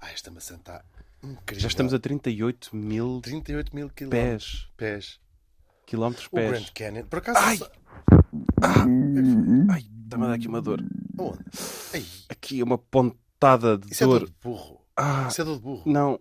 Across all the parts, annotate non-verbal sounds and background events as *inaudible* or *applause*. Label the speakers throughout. Speaker 1: Ah, esta maçã está incrível.
Speaker 2: Já estamos a 38 mil
Speaker 1: 38 mil quilómetros.
Speaker 2: pés.
Speaker 1: Pés.
Speaker 2: Quilómetros
Speaker 1: O Grand
Speaker 2: pés.
Speaker 1: Canyon. Por acaso.
Speaker 2: Ai! Ai, está-me a dar aqui uma dor.
Speaker 1: Aonde? Ai,
Speaker 2: Aqui é uma pontada de
Speaker 1: isso é
Speaker 2: dor.
Speaker 1: dor de burro.
Speaker 2: Ah,
Speaker 1: Isso é dor de burro.
Speaker 2: não,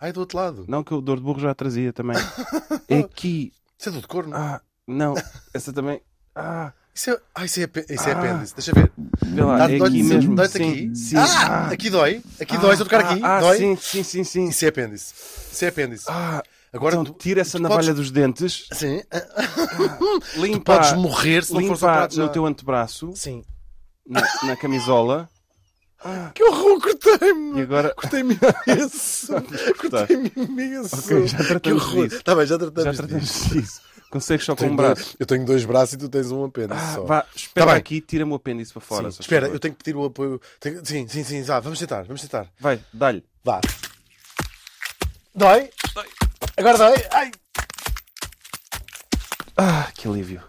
Speaker 1: Ai, do outro lado.
Speaker 2: não que o dor de burro já trazia também.
Speaker 1: *laughs*
Speaker 2: É aqui.
Speaker 1: Isso é dor de corno.
Speaker 2: Ah, não, essa também. Ah,
Speaker 1: Isso é, ah, isso é, apê- isso é
Speaker 2: Ah.
Speaker 1: apêndice. Deixa ver.
Speaker 2: vê lá, é
Speaker 1: dói-te
Speaker 2: aqui mesmo.
Speaker 1: dói-te
Speaker 2: sim,
Speaker 1: aqui?
Speaker 2: sim.
Speaker 1: Ah, aqui dói. Aqui dói. Se eu tocar
Speaker 2: ah,
Speaker 1: aqui,
Speaker 2: ah,
Speaker 1: dói.
Speaker 2: Sim, sim, sim, sim.
Speaker 1: Isso é apêndice. Isso é apêndice.
Speaker 2: Ah,
Speaker 1: Agora
Speaker 2: então
Speaker 1: tu-
Speaker 2: tira essa
Speaker 1: tu
Speaker 2: navalha
Speaker 1: podes-
Speaker 2: dos dentes,
Speaker 1: Sim. Tu
Speaker 2: limpa,
Speaker 1: podes morrer se não fores
Speaker 2: limpa
Speaker 1: operado já.
Speaker 2: no teu antebraço,
Speaker 1: Sim.
Speaker 2: na, na camisola,
Speaker 1: Que horror,
Speaker 2: e
Speaker 1: cortei-me.
Speaker 2: agora.
Speaker 1: Cortei-me
Speaker 2: *laughs*
Speaker 1: imenso. Cortei-me imenso.
Speaker 2: Ok, já
Speaker 1: que
Speaker 2: tratamos
Speaker 1: horror.
Speaker 2: disso.
Speaker 1: Tá bem, já
Speaker 2: Já
Speaker 1: tratamos disso.
Speaker 2: tratamos disso. Consegues só com
Speaker 1: Tenho
Speaker 2: um braço.
Speaker 1: dois- eu tenho dois braços e tu tens um apêndice
Speaker 2: Ah,
Speaker 1: só.
Speaker 2: vá, espera
Speaker 1: bem.
Speaker 2: aqui, tira-me o apêndice para fora.
Speaker 1: Sim.
Speaker 2: só
Speaker 1: Espera,
Speaker 2: por favor.
Speaker 1: eu tenho que pedir o apoio. Tenho- Sim, sim, sim. Vá, vamos tentar, vamos tentar.
Speaker 2: Vai, dá-lhe.
Speaker 1: Vá. Dói? Agora dói? Ai!
Speaker 2: Ah, que alívio.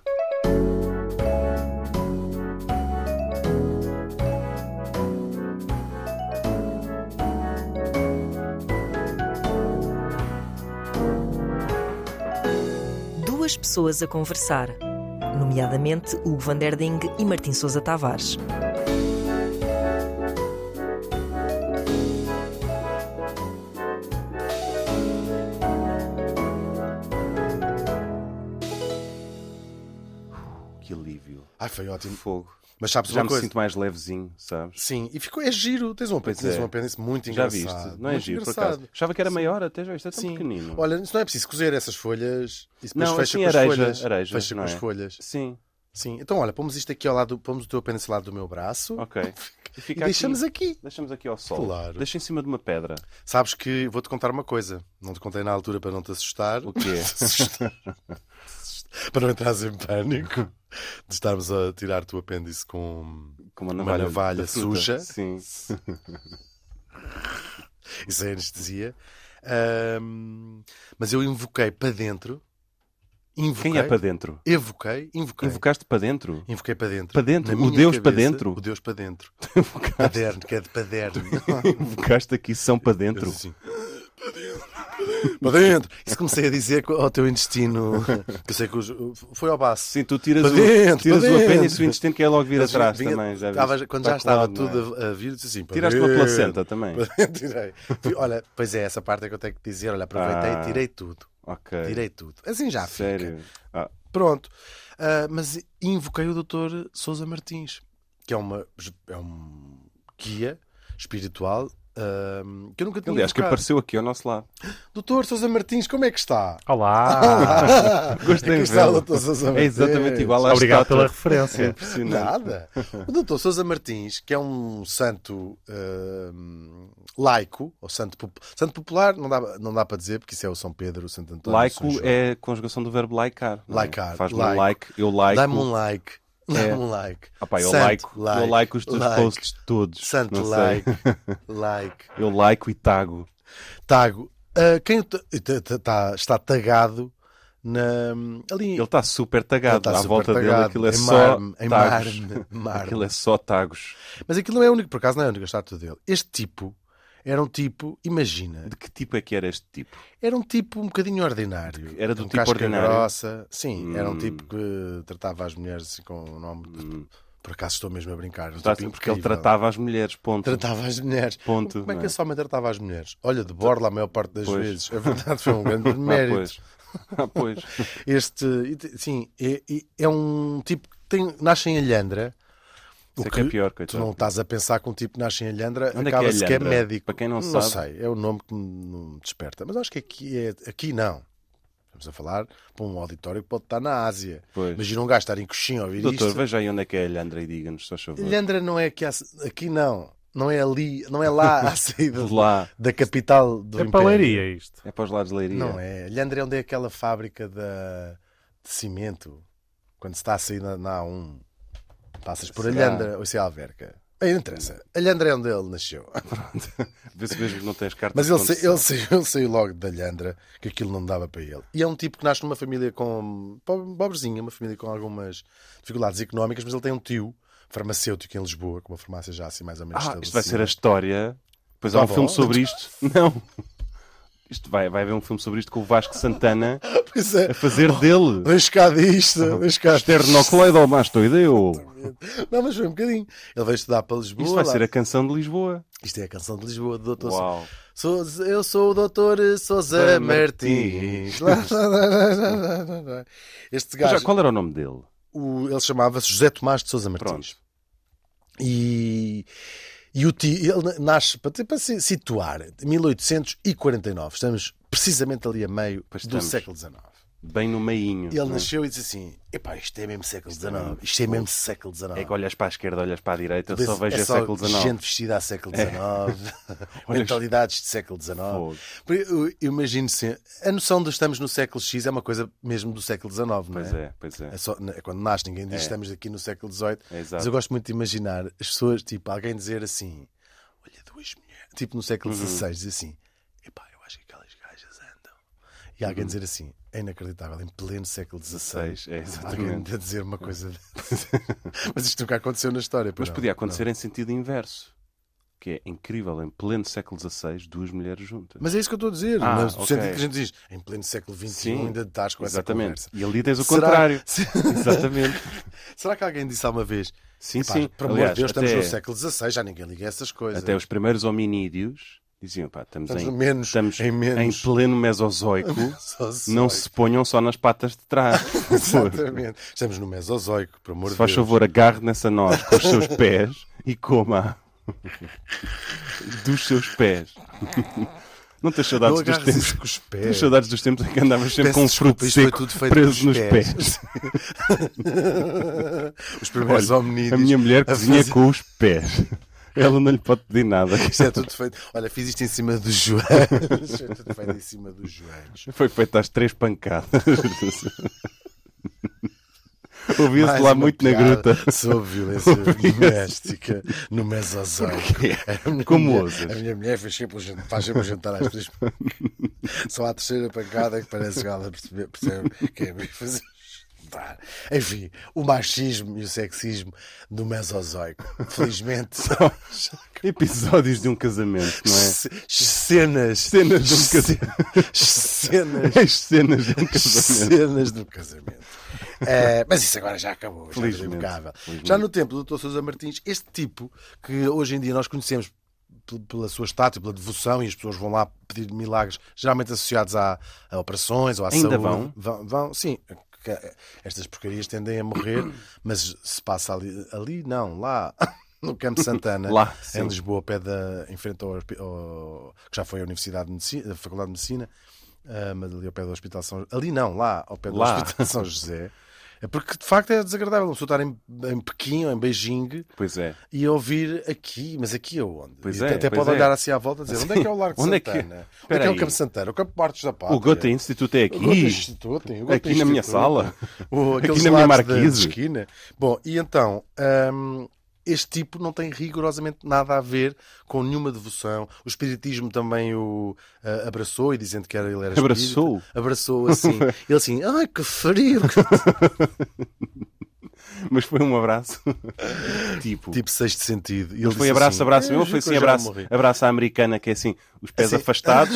Speaker 3: Duas pessoas a conversar, nomeadamente Hugo van der Ding e Martim Sousa Tavares.
Speaker 2: Que alívio.
Speaker 1: Ai, foi ótimo.
Speaker 2: Fogo.
Speaker 1: Mas sabes
Speaker 2: Já
Speaker 1: uma
Speaker 2: me
Speaker 1: coisa?
Speaker 2: sinto mais levezinho, sabes?
Speaker 1: Sim, e ficou, é giro. Tens um apêndice,
Speaker 2: Pois é.
Speaker 1: tens um apêndice muito
Speaker 2: Já
Speaker 1: engraçado.
Speaker 2: viste? Não é
Speaker 1: muito
Speaker 2: giro, por
Speaker 1: engraçado.
Speaker 2: acaso. Achava que era maior até já. Isto é tão
Speaker 1: Sim.
Speaker 2: pequenino.
Speaker 1: Olha, isso não é preciso cozer essas folhas. Isso depois
Speaker 2: Não,
Speaker 1: fecha
Speaker 2: assim
Speaker 1: com as
Speaker 2: areja,
Speaker 1: folhas.
Speaker 2: areja,
Speaker 1: fecha com
Speaker 2: não
Speaker 1: as
Speaker 2: é?
Speaker 1: folhas.
Speaker 2: Sim,
Speaker 1: Sim. Então, olha, pomos isto aqui ao lado, pomos o teu apêndice ao lado do meu braço *laughs*
Speaker 2: ok. E
Speaker 1: e
Speaker 2: fica
Speaker 1: deixamos
Speaker 2: aqui.
Speaker 1: aqui.
Speaker 2: Deixamos aqui ao sol.
Speaker 1: Claro.
Speaker 2: Deixa em cima de uma pedra.
Speaker 1: Sabes que vou-te contar uma coisa. Não te contei na altura para não te assustar. *laughs*
Speaker 2: O quê?
Speaker 1: Assustar. para não entrares em pânico de estarmos a tirar-te o apêndice com.
Speaker 2: Com uma
Speaker 1: navalha
Speaker 2: navalha, da fruta.
Speaker 1: suja.
Speaker 2: Sim.
Speaker 1: Isso é anestesia. Ahm, mas eu invoquei para dentro. Invoquei.
Speaker 2: Quem é para dentro?
Speaker 1: Evoquei, invoquei.
Speaker 2: Invocaste para dentro?
Speaker 1: Invoquei para dentro.
Speaker 2: Para dentro?
Speaker 1: Na
Speaker 2: O
Speaker 1: minha
Speaker 2: Deus para dentro?
Speaker 1: O Deus para dentro.
Speaker 2: *laughs* Invocaste,
Speaker 1: Paderno, que é de paderno.
Speaker 2: *laughs* invocaste aqui São para
Speaker 1: Eu
Speaker 2: dentro?
Speaker 1: disse assim, Para dentro. Isso comecei a dizer co- ao teu intestino. *laughs* que Eu sei que os- foi ao baço.
Speaker 2: Sim, tu tiras
Speaker 1: Para
Speaker 2: o,
Speaker 1: dentro,
Speaker 2: tiras
Speaker 1: para
Speaker 2: o
Speaker 1: dentro.
Speaker 2: apêndice e o intestino que é logo vir
Speaker 1: Mas
Speaker 2: atrás
Speaker 1: vinha-
Speaker 2: também. Já
Speaker 1: estava-
Speaker 2: viste?
Speaker 1: quando
Speaker 2: Está
Speaker 1: já estava
Speaker 2: colado, não é?
Speaker 1: tudo a, a vir, disse assim: para
Speaker 2: Tiraste uma
Speaker 1: dentro. *laughs*
Speaker 2: placenta também.
Speaker 1: Tirei. Fui- Olha, pois é, essa parte é que eu tenho que dizer. Olha, aproveitei
Speaker 2: Ah.
Speaker 1: e tirei tudo.
Speaker 2: Ok.
Speaker 1: Tirei tudo. Assim já fica.
Speaker 2: Sério. Ah,
Speaker 1: Pronto. Ah, mas invoquei o Dr. Sousa Martins, que é, uma, é um guia espiritual ahm, que eu nunca tinha
Speaker 2: aliás, que
Speaker 1: invocado.
Speaker 2: apareceu aqui ao nosso lado.
Speaker 1: Doutor Sousa Martins, como é que está? *laughs*
Speaker 4: Olá!
Speaker 2: *laughs* Gostei
Speaker 1: Aqui
Speaker 2: de
Speaker 1: Ah, está o
Speaker 2: vê-lo.
Speaker 1: Dr. Sousa
Speaker 2: É
Speaker 1: Martins.
Speaker 2: exatamente igual à
Speaker 4: Obrigado
Speaker 2: estátua.
Speaker 4: pela
Speaker 2: É
Speaker 4: referência.
Speaker 2: impressionante.
Speaker 1: Então, Nada. O doutor Sousa Martins, que é um santo ahm, laico, ou santo, pop- santo popular, não dá, não dá para dizer, porque isso é o São Pedro, o Santo António.
Speaker 2: Laico
Speaker 1: São João.
Speaker 2: é a conjugação do verbo laicar. não é?
Speaker 1: Laicar,
Speaker 2: Faz-me um
Speaker 1: laico.
Speaker 2: like, eu laico.
Speaker 1: Dá-me um like. Dá-me
Speaker 2: É.
Speaker 1: um like.
Speaker 2: Ah pá, eu
Speaker 1: Santo
Speaker 2: laico. eu laico os teus
Speaker 1: like,
Speaker 2: posts todos.
Speaker 1: Santo
Speaker 2: não sei. *laughs*
Speaker 1: like. Like.
Speaker 2: Eu laico e tago.
Speaker 1: Tago. ah, quem ta- ta- ta- tá- está tagado na, hum, ali.
Speaker 2: Ele está super tagado.
Speaker 1: Ele tá
Speaker 2: à
Speaker 1: super
Speaker 2: volta dele
Speaker 1: tagado.
Speaker 2: aquilo é
Speaker 1: Em
Speaker 2: só
Speaker 1: marme, em
Speaker 2: tagos.
Speaker 1: marme, marme.
Speaker 2: *laughs* Aquilo é só tagos.
Speaker 1: Mas aquilo não é o único, por acaso não é a única estátua dele. Este tipo era um tipo, imagina,
Speaker 2: De que tipo é que era este tipo?
Speaker 1: era um tipo um bocadinho ordinário.
Speaker 2: Era do
Speaker 1: Com
Speaker 2: tipo
Speaker 1: casca
Speaker 2: ordinário?
Speaker 1: grossa. Sim, era um
Speaker 2: Hum.
Speaker 1: tipo que tratava as mulheres assim com o nome. de- Por acaso estou mesmo a brincar. era Um
Speaker 2: Tá-
Speaker 1: tipo
Speaker 2: porque ele
Speaker 1: incrível.
Speaker 2: tratava as mulheres, ponto.
Speaker 1: Tratava as mulheres.
Speaker 2: Ponto,
Speaker 1: Como é que
Speaker 2: não é?
Speaker 1: esse homem tratava as mulheres? Olha, de borla a maior parte das
Speaker 2: Pois.
Speaker 1: vezes. A verdade foi um
Speaker 2: *laughs*
Speaker 1: grande
Speaker 2: Ah,
Speaker 1: mérito.
Speaker 2: pois.
Speaker 1: *laughs*
Speaker 2: Ah, pois.
Speaker 1: Este, e te- sim, é, é- é um tipo que tem, nasce em Alhandra.
Speaker 2: Isso é que é pior,
Speaker 1: Tu
Speaker 2: coitado.
Speaker 1: não estás a pensar que um tipo que nasce em Alhandra
Speaker 2: Onde é que é
Speaker 1: acaba-se que é
Speaker 2: Alhandra?
Speaker 1: médico.
Speaker 2: Para quem não
Speaker 1: não
Speaker 2: sabe.
Speaker 1: sei, é o nome que me não me desperta. Mas acho que aqui, é, aqui não. Estamos a falar para um auditório que pode estar na Ásia.
Speaker 2: Pois.
Speaker 1: Imagina um gajo estar em coxinha a ouvir
Speaker 2: Doutor,
Speaker 1: isto.
Speaker 2: veja aí onde é que é a Leandra e diga-nos, só favor.
Speaker 1: Alhandra não é aqui, à s- aqui não. Não é ali, não é
Speaker 2: *laughs*
Speaker 1: lá à saída
Speaker 2: De lá.
Speaker 1: da capital do
Speaker 4: É
Speaker 1: Império.
Speaker 4: paleria isto.
Speaker 2: É para os lados de Leiria.
Speaker 1: Não é. Leandro é onde é aquela fábrica da- de cimento. Quando se está a sair na, na A1, passas por
Speaker 2: Será?
Speaker 1: Alhandra ou isso é Alverca. Aí não interessa. Alhandra é onde ele nasceu.
Speaker 2: Vê se mesmo não tens carta
Speaker 1: Mas
Speaker 2: de
Speaker 1: ele, sa- *laughs*
Speaker 2: condução.
Speaker 1: ele, saiu, ele saiu logo da Alhandra, que aquilo não dava para ele. E é um tipo que nasce numa família com. po- pobrezinha, uma família com algumas dificuldades económicas, mas ele tem um tio farmacêutico em Lisboa, com uma farmácia já assim mais ou menos
Speaker 2: Ah, isto vai
Speaker 1: estabelecida.
Speaker 2: ser a história Depois há um
Speaker 1: Tá
Speaker 2: filme
Speaker 1: bom.
Speaker 2: sobre isto. *laughs* Não. Isto vai, vai haver um filme sobre isto com o Vasco Santana
Speaker 1: *laughs* Pois é.
Speaker 2: a fazer dele. é
Speaker 1: Deixa cá disto, deixa cá.
Speaker 2: Esternocleidomastoideu.
Speaker 1: Não, mas foi um bocadinho. Ele veio estudar para Lisboa.
Speaker 2: Isto vai
Speaker 1: lá-
Speaker 2: ser a canção de Lisboa.
Speaker 1: Isto é a canção de Lisboa do Dr. Sousa.
Speaker 2: Uau.
Speaker 1: Sousa- Eu sou o Dr. Sousa
Speaker 2: Sousa
Speaker 1: Martins. este
Speaker 2: Mas
Speaker 1: gajo,
Speaker 2: já, qual era o nome dele?
Speaker 1: o- ele chamava-se José Tomás de Sousa Martins.
Speaker 2: Pronto.
Speaker 1: E, e o ti- ele nasce, para, para se situar, em 1849. Estamos precisamente ali a meio
Speaker 2: Pois
Speaker 1: do
Speaker 2: estamos.
Speaker 1: século XIX.
Speaker 2: Bem no meinho.
Speaker 1: Ele
Speaker 2: não é?
Speaker 1: nasceu e disse assim: Epá, isto é mesmo século XIX. Isto é mesmo século XIX.
Speaker 2: É que olhas para a esquerda, olhas para a direita,
Speaker 1: Vê-se-
Speaker 2: só vejo
Speaker 1: é
Speaker 2: a século XIX.
Speaker 1: Gente vestida a século XIX,
Speaker 2: *laughs* Olha,
Speaker 1: mentalidades de século XIX.
Speaker 2: Fogo.
Speaker 1: Por- Eu eu imagino se a noção de estamos no século X é uma coisa mesmo do século XIX, não
Speaker 2: Pois é, pois é.
Speaker 1: É só- é quando nasce, ninguém diz estamos aqui no século XVIII.
Speaker 2: É, exato.
Speaker 1: mas eu gosto muito de imaginar as pessoas, tipo, alguém dizer assim: Olha, duas mulheres, tipo no século
Speaker 2: Uhum.
Speaker 1: XVI, dizer assim: Epá, eu acho que aquelas gajas andam. E
Speaker 2: Uhum.
Speaker 1: alguém dizer assim: É inacreditável, em pleno século XVI.
Speaker 2: Seis, é,
Speaker 1: *laughs* Alguém
Speaker 2: exatamente.
Speaker 1: a dizer uma coisa
Speaker 2: *laughs*
Speaker 1: dessas. Mas isto nunca aconteceu na história. pois
Speaker 2: Mas
Speaker 1: não?
Speaker 2: podia acontecer em sentido inverso. Que é incrível, em pleno século XVI, duas mulheres juntas.
Speaker 1: Mas é isso que eu estou a dizer.
Speaker 2: Ah,
Speaker 1: no sentido
Speaker 2: ok.
Speaker 1: que a gente diz, em pleno século XXI
Speaker 2: Sim,
Speaker 1: ainda estás com
Speaker 2: Exatamente.
Speaker 1: essa
Speaker 2: E ali tens o
Speaker 1: Será- *laughs*
Speaker 2: contrário.
Speaker 1: conversa.
Speaker 2: Exatamente.
Speaker 1: Será que alguém disse alguma vez?
Speaker 2: Sim,
Speaker 1: "Pá,
Speaker 2: sim.
Speaker 1: Por amor
Speaker 2: Aliás,
Speaker 1: de Deus, estamos
Speaker 2: até,
Speaker 1: no século XVI, já ninguém liga a essas coisas.
Speaker 2: até os primeiros hominídeos diziam, pá, estamos,
Speaker 1: estamos no
Speaker 2: em,
Speaker 1: menos,
Speaker 2: estamos
Speaker 1: em menos.
Speaker 2: pleno
Speaker 1: *laughs*
Speaker 2: mesozoico,
Speaker 1: *laughs* Só se
Speaker 2: não
Speaker 1: vai.
Speaker 2: se ponham só nas patas de trás. por favor.
Speaker 1: Exatamente. Estamos no Mesozoico, por amor
Speaker 2: Se
Speaker 1: de
Speaker 2: faz
Speaker 1: Deus.
Speaker 2: favor, agarre nessa noz com os seus pés
Speaker 1: *laughs*
Speaker 2: e coma dos seus pés. Não
Speaker 1: Não
Speaker 2: tens saudades dos
Speaker 1: agarres
Speaker 2: tempos.
Speaker 1: isso com os
Speaker 2: *laughs* Tens
Speaker 1: pés.
Speaker 2: É. saudades dos tempos em que andavas sempre
Speaker 1: Peço
Speaker 2: com um
Speaker 1: desculpa,
Speaker 2: fruto
Speaker 1: isto foi
Speaker 2: seco
Speaker 1: tudo feito
Speaker 2: preso
Speaker 1: com os
Speaker 2: nos pés.
Speaker 1: pés. Os primeiros
Speaker 2: Olha,
Speaker 1: hominídeos.
Speaker 2: A minha mulher
Speaker 1: a
Speaker 2: cozinha
Speaker 1: fazer-
Speaker 2: com os pés. *laughs* Ela não lhe pode pedir nada. *laughs*
Speaker 1: Isto é tudo feito. Olha, fiz isto em cima dos joelhos. *laughs* Isto é tudo feito em cima dos joelhos.
Speaker 2: Foi feita às três pancadas. *laughs* Ouvia-se
Speaker 1: Mais
Speaker 2: lá
Speaker 1: uma
Speaker 2: muito na
Speaker 1: piada *laughs*
Speaker 2: gruta.
Speaker 1: Sobre
Speaker 2: *laughs*
Speaker 1: violência doméstica no Mesozoico. É A minha
Speaker 2: Como
Speaker 1: mulher-
Speaker 2: ousas?
Speaker 1: A minha mulher fez sempre o jantar, faz sempre o jantar às três. *laughs* Só à terceira pancada é que parece que ela percebe, percebe que é bem fazer. o jantar. Enfim, o machismo e o sexismo do Mesozoico. Felizmente,
Speaker 2: Episódios de um casamento, não é?
Speaker 1: c- cenas,
Speaker 2: Cenas de um casamento.
Speaker 1: *laughs* cenas,
Speaker 2: As cenas de
Speaker 1: *laughs*
Speaker 2: um casamento.
Speaker 1: cenas do casamento. Eh, mas isso agora já acabou, já
Speaker 2: Felizmente,
Speaker 1: é impecável.
Speaker 2: felizmente.
Speaker 1: Já no tempo do Dr. Sousa Martins, este tipo que hoje em dia nós conhecemos p- pela sua estátua, pela devoção, e as pessoas vão lá pedir milagres, geralmente associados a, a operações ou à
Speaker 2: Ainda
Speaker 1: saúde.
Speaker 2: vão?
Speaker 1: Vão, vão, sim. Que- eh, Estas porcarias tendem a morrer, mas se passa ali, ali não, lá *laughs* no Campo Santana,
Speaker 2: Lá,
Speaker 1: em
Speaker 2: sim.
Speaker 1: Lisboa, ao pé da, em frente ao, hospi- ao- que já foi a Universidade de Medicina, a Faculdade de Medicina, ah, mas ali ao pé do Hospital São Ali não, lá ao pé do
Speaker 2: Lá.
Speaker 1: Hospital São José. É porque de facto é desagradável uma pessoa estar em, em Pequim ou em Beijing
Speaker 2: Pois é.
Speaker 1: e ouvir aqui, mas aqui aonde?
Speaker 2: Pois
Speaker 1: E
Speaker 2: é,
Speaker 1: até
Speaker 2: pois
Speaker 1: pode
Speaker 2: é.
Speaker 1: olhar assim à volta e dizer onde é que é o Largo de
Speaker 2: *laughs* Onde é que-
Speaker 1: Santana? Onde é que
Speaker 2: Espera
Speaker 1: é o
Speaker 2: aí.
Speaker 1: Campo Santana? O Campo Martos da Pátria?
Speaker 2: O Gotha Institute é
Speaker 1: O Gota
Speaker 2: aqui.
Speaker 1: Instituto, tem, o Gota
Speaker 2: Aqui na minha
Speaker 1: Instituto.
Speaker 2: sala. *laughs*
Speaker 1: O-
Speaker 2: Aqui
Speaker 1: aqueles
Speaker 2: na minha
Speaker 1: lados da-
Speaker 2: marquise.
Speaker 1: de esquina. Bom, e então, hum, este tipo não tem rigorosamente nada a ver com nenhuma devoção. O espiritismo também o ah, abraçou e dizendo que era, ele era espírita.
Speaker 2: Abraçou?
Speaker 1: Abraçou
Speaker 2: *laughs*
Speaker 1: assim. ele assim, ai que frio. que-"
Speaker 2: Mas foi um
Speaker 1: *laughs*
Speaker 2: abraço. Tipo.
Speaker 1: tipo sexto sentido. E ele
Speaker 2: Mas foi
Speaker 1: disse
Speaker 2: abraço,
Speaker 1: assim,
Speaker 2: abraço mesmo,
Speaker 1: "Eu
Speaker 2: foi
Speaker 1: juro que
Speaker 2: assim,
Speaker 1: eu já
Speaker 2: abraço,
Speaker 1: morri."
Speaker 2: abraço à americana, que é assim, os pés
Speaker 1: Assim,
Speaker 2: afastados,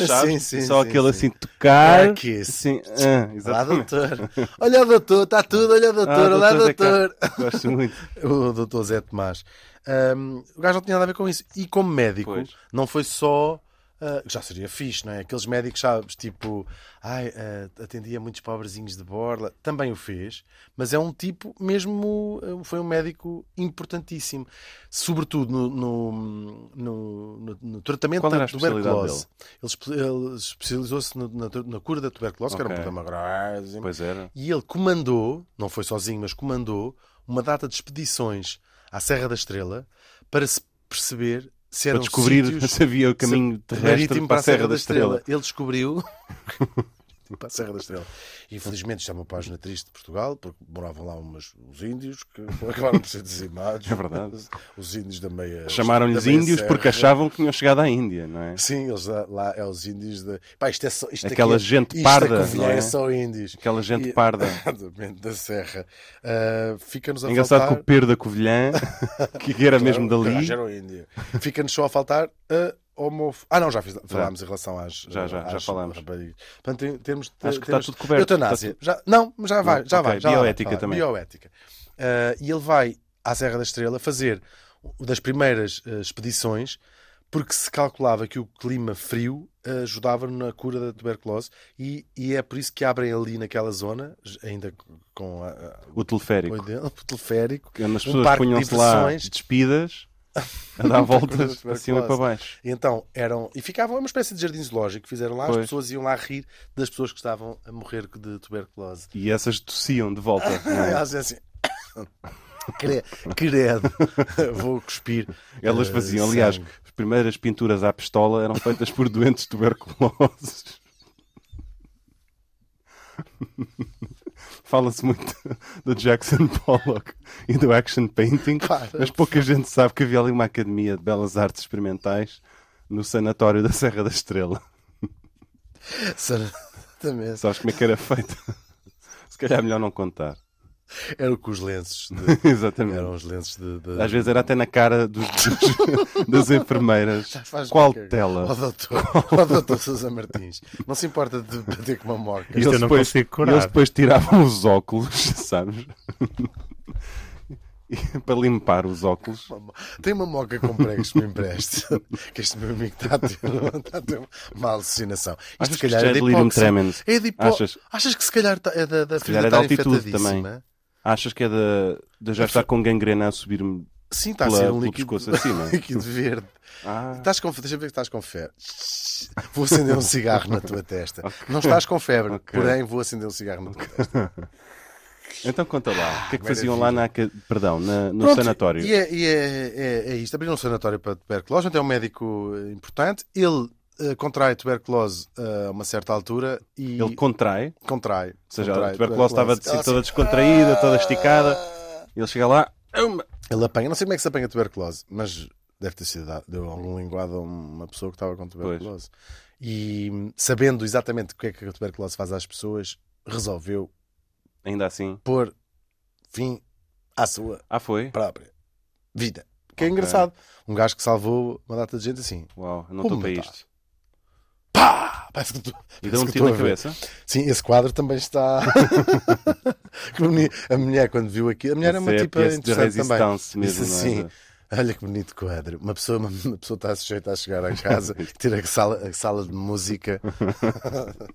Speaker 1: *laughs* sim,
Speaker 2: sabes?
Speaker 1: sim,
Speaker 2: Só
Speaker 1: sim,
Speaker 2: aquele
Speaker 1: sim.
Speaker 2: assim, tocar,
Speaker 1: Ah, que esse.
Speaker 2: assim, ah,
Speaker 1: Olá,
Speaker 2: *laughs* exatamente.
Speaker 1: doutor. Olha, doutor, está tudo, olha, doutor,
Speaker 2: Ah,
Speaker 1: olá,
Speaker 2: doutor,
Speaker 1: doutor.
Speaker 2: é cá.
Speaker 1: *laughs*
Speaker 2: Gosto muito.
Speaker 1: O doutor Zé Tomás. Hum, o gajo não tinha nada a ver com isso. E como médico,
Speaker 2: Pois.
Speaker 1: não foi só. ah, já seria fixe, não é? Aqueles médicos, sabes, tipo, ai, ah, atendia muitos pobrezinhos de borla, também o fez, mas é um tipo mesmo, ah, foi um médico importantíssimo, sobretudo no, no, no, no- no tratamento
Speaker 2: Qual era
Speaker 1: da
Speaker 2: a especialidade
Speaker 1: tuberculose. Ele, espe- ele especializou-se no- na, na cura da tuberculose, que era um
Speaker 2: Ok.
Speaker 1: problema grave,
Speaker 2: Pois era.
Speaker 1: e ele comandou, não foi sozinho, mas comandou uma data de expedições à Serra da Estrela para se perceber se
Speaker 2: Para
Speaker 1: eram
Speaker 2: descobrir
Speaker 1: sítios
Speaker 2: *laughs* se havia o caminho terrestre
Speaker 1: marítimo
Speaker 2: para a Serra da Estrela.
Speaker 1: Ele descobriu *laughs* para a Serra da Estrela. Infelizmente isto é uma página triste de Portugal, porque moravam lá umas, os índios que *laughs* acabaram por ser dizimados.
Speaker 2: É verdade.
Speaker 1: Os índios da meia.
Speaker 2: *laughs* Chamaram-lhes
Speaker 1: da meia
Speaker 2: índios porque
Speaker 1: serra.
Speaker 2: achavam que tinham chegado à Índia, não é?
Speaker 1: Sim, eles lá, lá é os índios da. Pá, isto é só, isto
Speaker 2: Aquela
Speaker 1: aqui é-
Speaker 2: gente
Speaker 1: isto
Speaker 2: parda,
Speaker 1: É, que
Speaker 2: não
Speaker 1: é?
Speaker 2: é?
Speaker 1: só índios.
Speaker 2: Aquela gente
Speaker 1: E- *laughs*
Speaker 2: parda. É
Speaker 1: Exatamente, da Serra. Ah, Fica-nos a
Speaker 2: Engraçado
Speaker 1: faltar. *laughs*
Speaker 2: que o Pedro da Covilhã, que era mesmo
Speaker 1: Claro,
Speaker 2: dali,
Speaker 1: já era o índio. Fica-nos só a faltar a homof... Ah, não, já fiz- falámos em relação às.
Speaker 2: Já, já, já
Speaker 1: às
Speaker 2: falámos.
Speaker 1: raparigas. Portanto, em termos de.
Speaker 2: Acho que
Speaker 1: temos-
Speaker 2: está tudo coberto.
Speaker 1: Eutanásia. Já, não, já vai, já
Speaker 2: Ok,
Speaker 1: vai. Já lá vamos
Speaker 2: bioética
Speaker 1: falar.
Speaker 2: também.
Speaker 1: Bioética. Ah, e ele vai à Serra da Estrela fazer das primeiras ah, expedições porque se calculava que o clima frio ah, ajudava na cura da tuberculose e, e é por isso que abrem ali naquela zona, ainda com a- a-
Speaker 2: O teleférico.
Speaker 1: o dele- o teleférico,
Speaker 2: Que é As
Speaker 1: um
Speaker 2: pessoas
Speaker 1: parque de
Speaker 2: punham-se lá
Speaker 1: diversões.
Speaker 2: despidas
Speaker 1: *laughs*
Speaker 2: a dar
Speaker 1: cura da
Speaker 2: voltas para
Speaker 1: tuberculose.
Speaker 2: cima e para baixo.
Speaker 1: E Então, eram. E ficavam, é uma espécie de jardim zoológico que fizeram lá, as
Speaker 2: Pois.
Speaker 1: pessoas iam lá rir das pessoas que estavam a morrer de tuberculose.
Speaker 2: E essas tossiam de volta. não
Speaker 1: E
Speaker 2: é?
Speaker 1: Elas assim. *coughs* "Cre- Credo, *laughs* vou cuspir.
Speaker 2: Elas
Speaker 1: eh,
Speaker 2: faziam, aliás,
Speaker 1: sangue."
Speaker 2: as primeiras pinturas à pistola eram feitas por *laughs* doentes de tuberculoses. *laughs* Fala-se muito do Jackson Pollock e do action painting,
Speaker 1: Para.
Speaker 2: mas pouca gente sabe que havia ali uma academia de belas artes experimentais no sanatório da Serra da Estrela.
Speaker 1: Certamente.
Speaker 2: Sabes como é que era feita? *laughs* Se calhar é melhor não contar. *laughs*
Speaker 1: Era o que os lenços. de-
Speaker 2: Exatamente.
Speaker 1: Eram os lenços de. de-
Speaker 2: Às vezes era até na cara
Speaker 1: *laughs*
Speaker 2: dos- dos- das enfermeiras.
Speaker 1: Faz
Speaker 2: Qual
Speaker 1: qualquer-
Speaker 2: tela?
Speaker 1: Ó doutor, ó doutor Sousa Martins, não se importa de bater com uma moca.
Speaker 2: E
Speaker 4: Isto eu não consigo curar.
Speaker 2: e eles depois tiravam os óculos, *laughs* sabes? E- para limpar os óculos.
Speaker 1: Uma mo- Tem uma moca com pregos que me empreste. *laughs* que este meu amigo está a ter, está a ter uma alucinação. Isto
Speaker 2: Achas
Speaker 1: se calhar
Speaker 2: que isto
Speaker 1: é
Speaker 2: é
Speaker 1: de
Speaker 2: delirium
Speaker 1: hipóxia.
Speaker 2: tremens?
Speaker 1: É de hipó...
Speaker 2: Achas?
Speaker 1: Achas... que se calhar tá- é da, da
Speaker 2: calhar
Speaker 1: ferida
Speaker 2: é da
Speaker 1: estar
Speaker 2: altitude
Speaker 1: infetadíssima?
Speaker 2: Achas que é de, de já estar com gangrena a subir-me
Speaker 1: Sim, está a
Speaker 2: pela-
Speaker 1: ser
Speaker 2: pelo
Speaker 1: um líquido, *laughs*
Speaker 2: pescoço acima?
Speaker 1: líquido verde.
Speaker 2: Ah,
Speaker 1: Estás com... Deixa eu ver que estás com febre. *laughs* Vou acender um cigarro na tua testa. Não estás com febre,
Speaker 2: Ok.
Speaker 1: porém vou acender um cigarro na tua testa.
Speaker 2: então conta lá. O que é que faziam
Speaker 1: Maravilha.
Speaker 2: lá na, aca- perdão, na- no
Speaker 1: Ah, Pronto,
Speaker 2: sanatório?
Speaker 1: E, é, e é- é- é isto. Abriram um sanatório para tuberculose. Então é um médico eh, importante. Ele eh, contrai tuberculose eh, a uma certa altura e
Speaker 2: Ele contrai, ou
Speaker 1: contrai. Ah, Ou
Speaker 2: seja, a tuberculose estava assim, toda descontraída,
Speaker 1: "Ah!"
Speaker 2: toda esticada. Ele chega lá, "Uma!"
Speaker 1: Ele apanha, não sei como é que se apanha tuberculose, mas deve ter sido dado, deu algum linguado a uma pessoa que estava com tuberculose. E hum, sabendo exatamente o que é que a tuberculose faz às pessoas, resolveu
Speaker 2: ainda assim.
Speaker 1: pôr fim à sua
Speaker 2: Ah, foi?
Speaker 1: própria vida. Que é
Speaker 2: Ok.
Speaker 1: engraçado. Um gajo que salvou uma data de gente assim.
Speaker 2: Uau, eu não
Speaker 1: Como
Speaker 2: estou para
Speaker 1: tá?
Speaker 2: isto.
Speaker 1: Pá! Parece que tu-
Speaker 2: E
Speaker 1: parece
Speaker 2: deu um
Speaker 1: que
Speaker 2: tiro
Speaker 1: estou
Speaker 2: na
Speaker 1: a ver.
Speaker 2: cabeça.
Speaker 1: Sim, esse quadro também está. *laughs* Que boni- a mulher, quando viu aqui, a mulher era uma
Speaker 2: Essa é a
Speaker 1: tipa
Speaker 2: peça de
Speaker 1: interessante também.
Speaker 2: resistance mesmo,
Speaker 1: Disse
Speaker 2: não é?
Speaker 1: assim, Olha que bonito quadro. Uma pessoa, *laughs* uma pessoa está sujeita a chegar à
Speaker 2: *laughs*
Speaker 1: casa e ter a sala, a sala de música *laughs*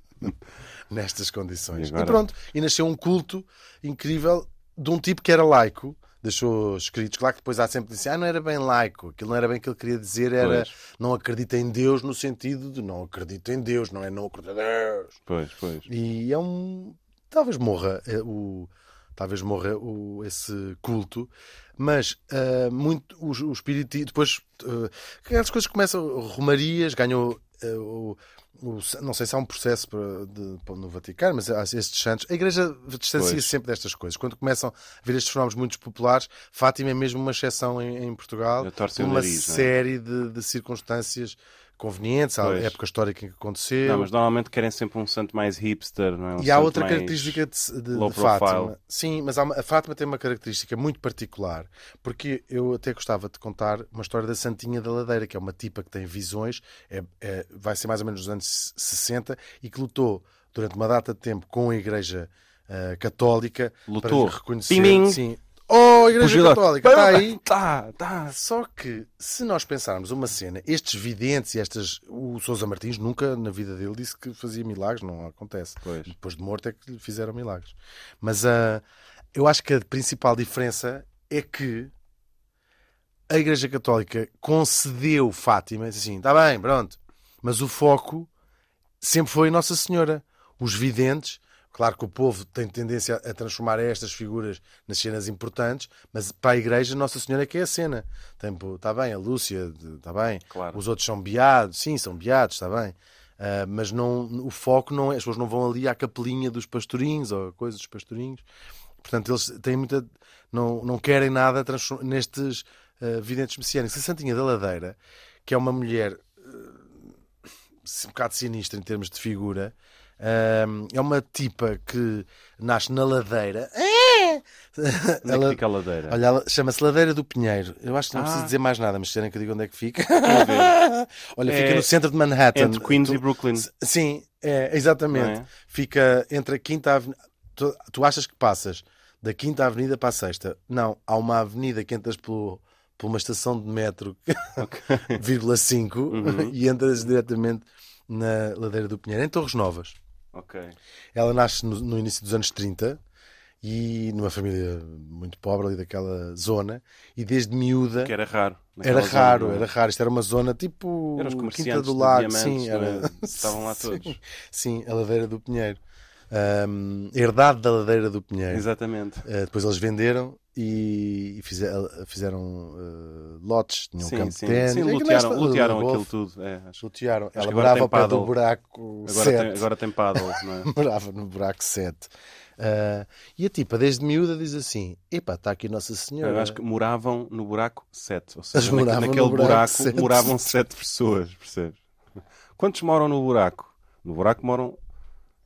Speaker 1: nestas condições.
Speaker 2: E
Speaker 1: E,
Speaker 2: agora?
Speaker 1: pronto, e nasceu um culto incrível de um tipo que era laico. Deixou escritos, claro que depois há sempre disse, ah, não era bem laico, aquilo não era bem o que ele queria dizer, era
Speaker 2: Pois.
Speaker 1: não acredita em Deus no sentido de não acredita em Deus, não é não acredita em Deus.
Speaker 2: Pois, pois.
Speaker 1: E é um. Talvez morra eh, o. Talvez morra o, esse culto, mas eh, muito o, o espírito. e Depois eh, aquelas coisas começam. Romarias ganhou eh, o, o- Não sei se há um processo para- de- para- no Vaticano, mas há estes santos. A Igreja distancia-se
Speaker 2: Pois.
Speaker 1: sempre destas coisas. Quando começam a vir estes fenómenos muito populares, Fátima é mesmo uma exceção em, em Portugal
Speaker 2: Eu torci
Speaker 1: por
Speaker 2: o
Speaker 1: uma
Speaker 2: nariz, não é?
Speaker 1: série de, de circunstâncias convenientes, à
Speaker 2: Pois.
Speaker 1: época histórica em que aconteceu.
Speaker 2: Não, mas normalmente querem sempre um santo mais hipster, não é? Um
Speaker 1: E há
Speaker 2: santo
Speaker 1: outra
Speaker 2: mais-
Speaker 1: característica de, de-
Speaker 2: low
Speaker 1: de Fátima.
Speaker 2: profile.
Speaker 1: Sim, mas há uma- a Fátima tem uma característica muito particular, porque eu até gostava de contar uma história da Santinha da Ladeira, que é uma tipa que tem visões, é- é- vai ser mais ou menos nos anos 60, e que lutou durante uma data de tempo com a Igreja ah, Católica
Speaker 2: Lutou.
Speaker 1: para reconhecer.
Speaker 2: Pim, pim.
Speaker 1: Sim. Oh, Igreja
Speaker 2: Fugiu lá.
Speaker 1: Católica, está
Speaker 2: *laughs*
Speaker 1: aí.
Speaker 2: Tá, tá.
Speaker 1: Só que, se nós pensarmos uma cena, estes videntes e estas. O Sousa Martins nunca na vida dele disse que fazia milagres, não acontece.
Speaker 2: Pois.
Speaker 1: Depois de morto é que lhe fizeram milagres. Mas ah, eu acho que a principal diferença é que a Igreja Católica concedeu Fátima, disse assim, está bem, pronto. Mas o foco sempre foi Nossa Senhora. Os videntes, claro que o povo tem tendência a transformar estas figuras nas cenas importantes, mas para a Igreja Nossa Senhora é que é a cena. Tempo, está bem, a Lúcia, está bem.
Speaker 2: Claro.
Speaker 1: Os outros são beados, sim, são beados, está bem. Ah, mas não, o foco não é, as pessoas não vão ali à capelinha dos pastorinhos ou a coisa dos pastorinhos. Portanto, eles têm muita. não, não querem nada transfor- nestes ah, videntes messiânicos. A Santinha da Ladeira, que é uma mulher um bocado sinistra em termos de ah, figura. Ahm, é uma tipa que nasce na ladeira. É, é?
Speaker 2: Onde é que fica a ladeira?
Speaker 1: Olha, ela chama-se Ladeira do Pinheiro. Eu acho que não
Speaker 2: Ah.
Speaker 1: preciso dizer mais nada, mas se querem que eu diga onde é que fica. *laughs*
Speaker 2: ver.
Speaker 1: Olha,
Speaker 2: É
Speaker 1: fica no centro de Manhattan.
Speaker 2: Entre Queens
Speaker 1: Tu-
Speaker 2: e Brooklyn.
Speaker 1: S- Sim, é, exatamente.
Speaker 2: Não é?
Speaker 1: Fica entre a Quinta Avenida. Tu, tu achas que passas da Quinta Avenida para a Sexta? Não, há uma avenida que entras pelo, por uma estação de metro, *laughs* vírgula 5,
Speaker 2: Uhum.
Speaker 1: e entras diretamente na Ladeira do Pinheiro, em Torres Novas.
Speaker 2: Ok.
Speaker 1: Ela nasce no, no início dos anos 30 e numa família muito pobre ali daquela zona, e desde miúda.
Speaker 2: Que era raro. naquela
Speaker 1: Era
Speaker 2: zona,
Speaker 1: raro,
Speaker 2: não é?
Speaker 1: era raro. Isto era uma zona tipo
Speaker 2: Eram os
Speaker 1: Quinta
Speaker 2: comerciantes
Speaker 1: do
Speaker 2: de
Speaker 1: Lago.
Speaker 2: diamantes,
Speaker 1: Sim,
Speaker 2: não é?
Speaker 1: era...
Speaker 2: *laughs* Estavam
Speaker 1: *laughs*
Speaker 2: lá
Speaker 1: Sim.
Speaker 2: todos.
Speaker 1: Sim, a Ladeira do Pinheiro. Ahm, herdade da Ladeira do Pinheiro.
Speaker 2: Exatamente.
Speaker 1: Ah, depois eles venderam e e fize- fizeram, ah, lotes, tinham um
Speaker 2: sim,
Speaker 1: campo
Speaker 2: sim.
Speaker 1: de ténis.
Speaker 2: sim
Speaker 1: É que nesta-
Speaker 2: lutearam, lutearam
Speaker 1: do
Speaker 2: aquilo
Speaker 1: golfe,
Speaker 2: tudo. É, acho.
Speaker 1: Lutearam.
Speaker 2: que
Speaker 1: Ela
Speaker 2: agora
Speaker 1: morava
Speaker 2: tem
Speaker 1: ao pé do
Speaker 2: paddle.
Speaker 1: buraco
Speaker 2: Agora, tem,
Speaker 1: 7.
Speaker 2: agora tem paddle, não é?
Speaker 1: *laughs* Morava no buraco 7. Ah, e a tipa, desde miúda, diz assim: Epá, está aqui Nossa Senhora.
Speaker 2: Eu acho que moravam no buraco 7. Ou seja,
Speaker 1: Eles
Speaker 2: naque-
Speaker 1: moravam no
Speaker 2: naquele
Speaker 1: buraco
Speaker 2: buraco
Speaker 1: sete.
Speaker 2: moravam 7 pessoas, percebes? Quantos moram no buraco? No buraco moram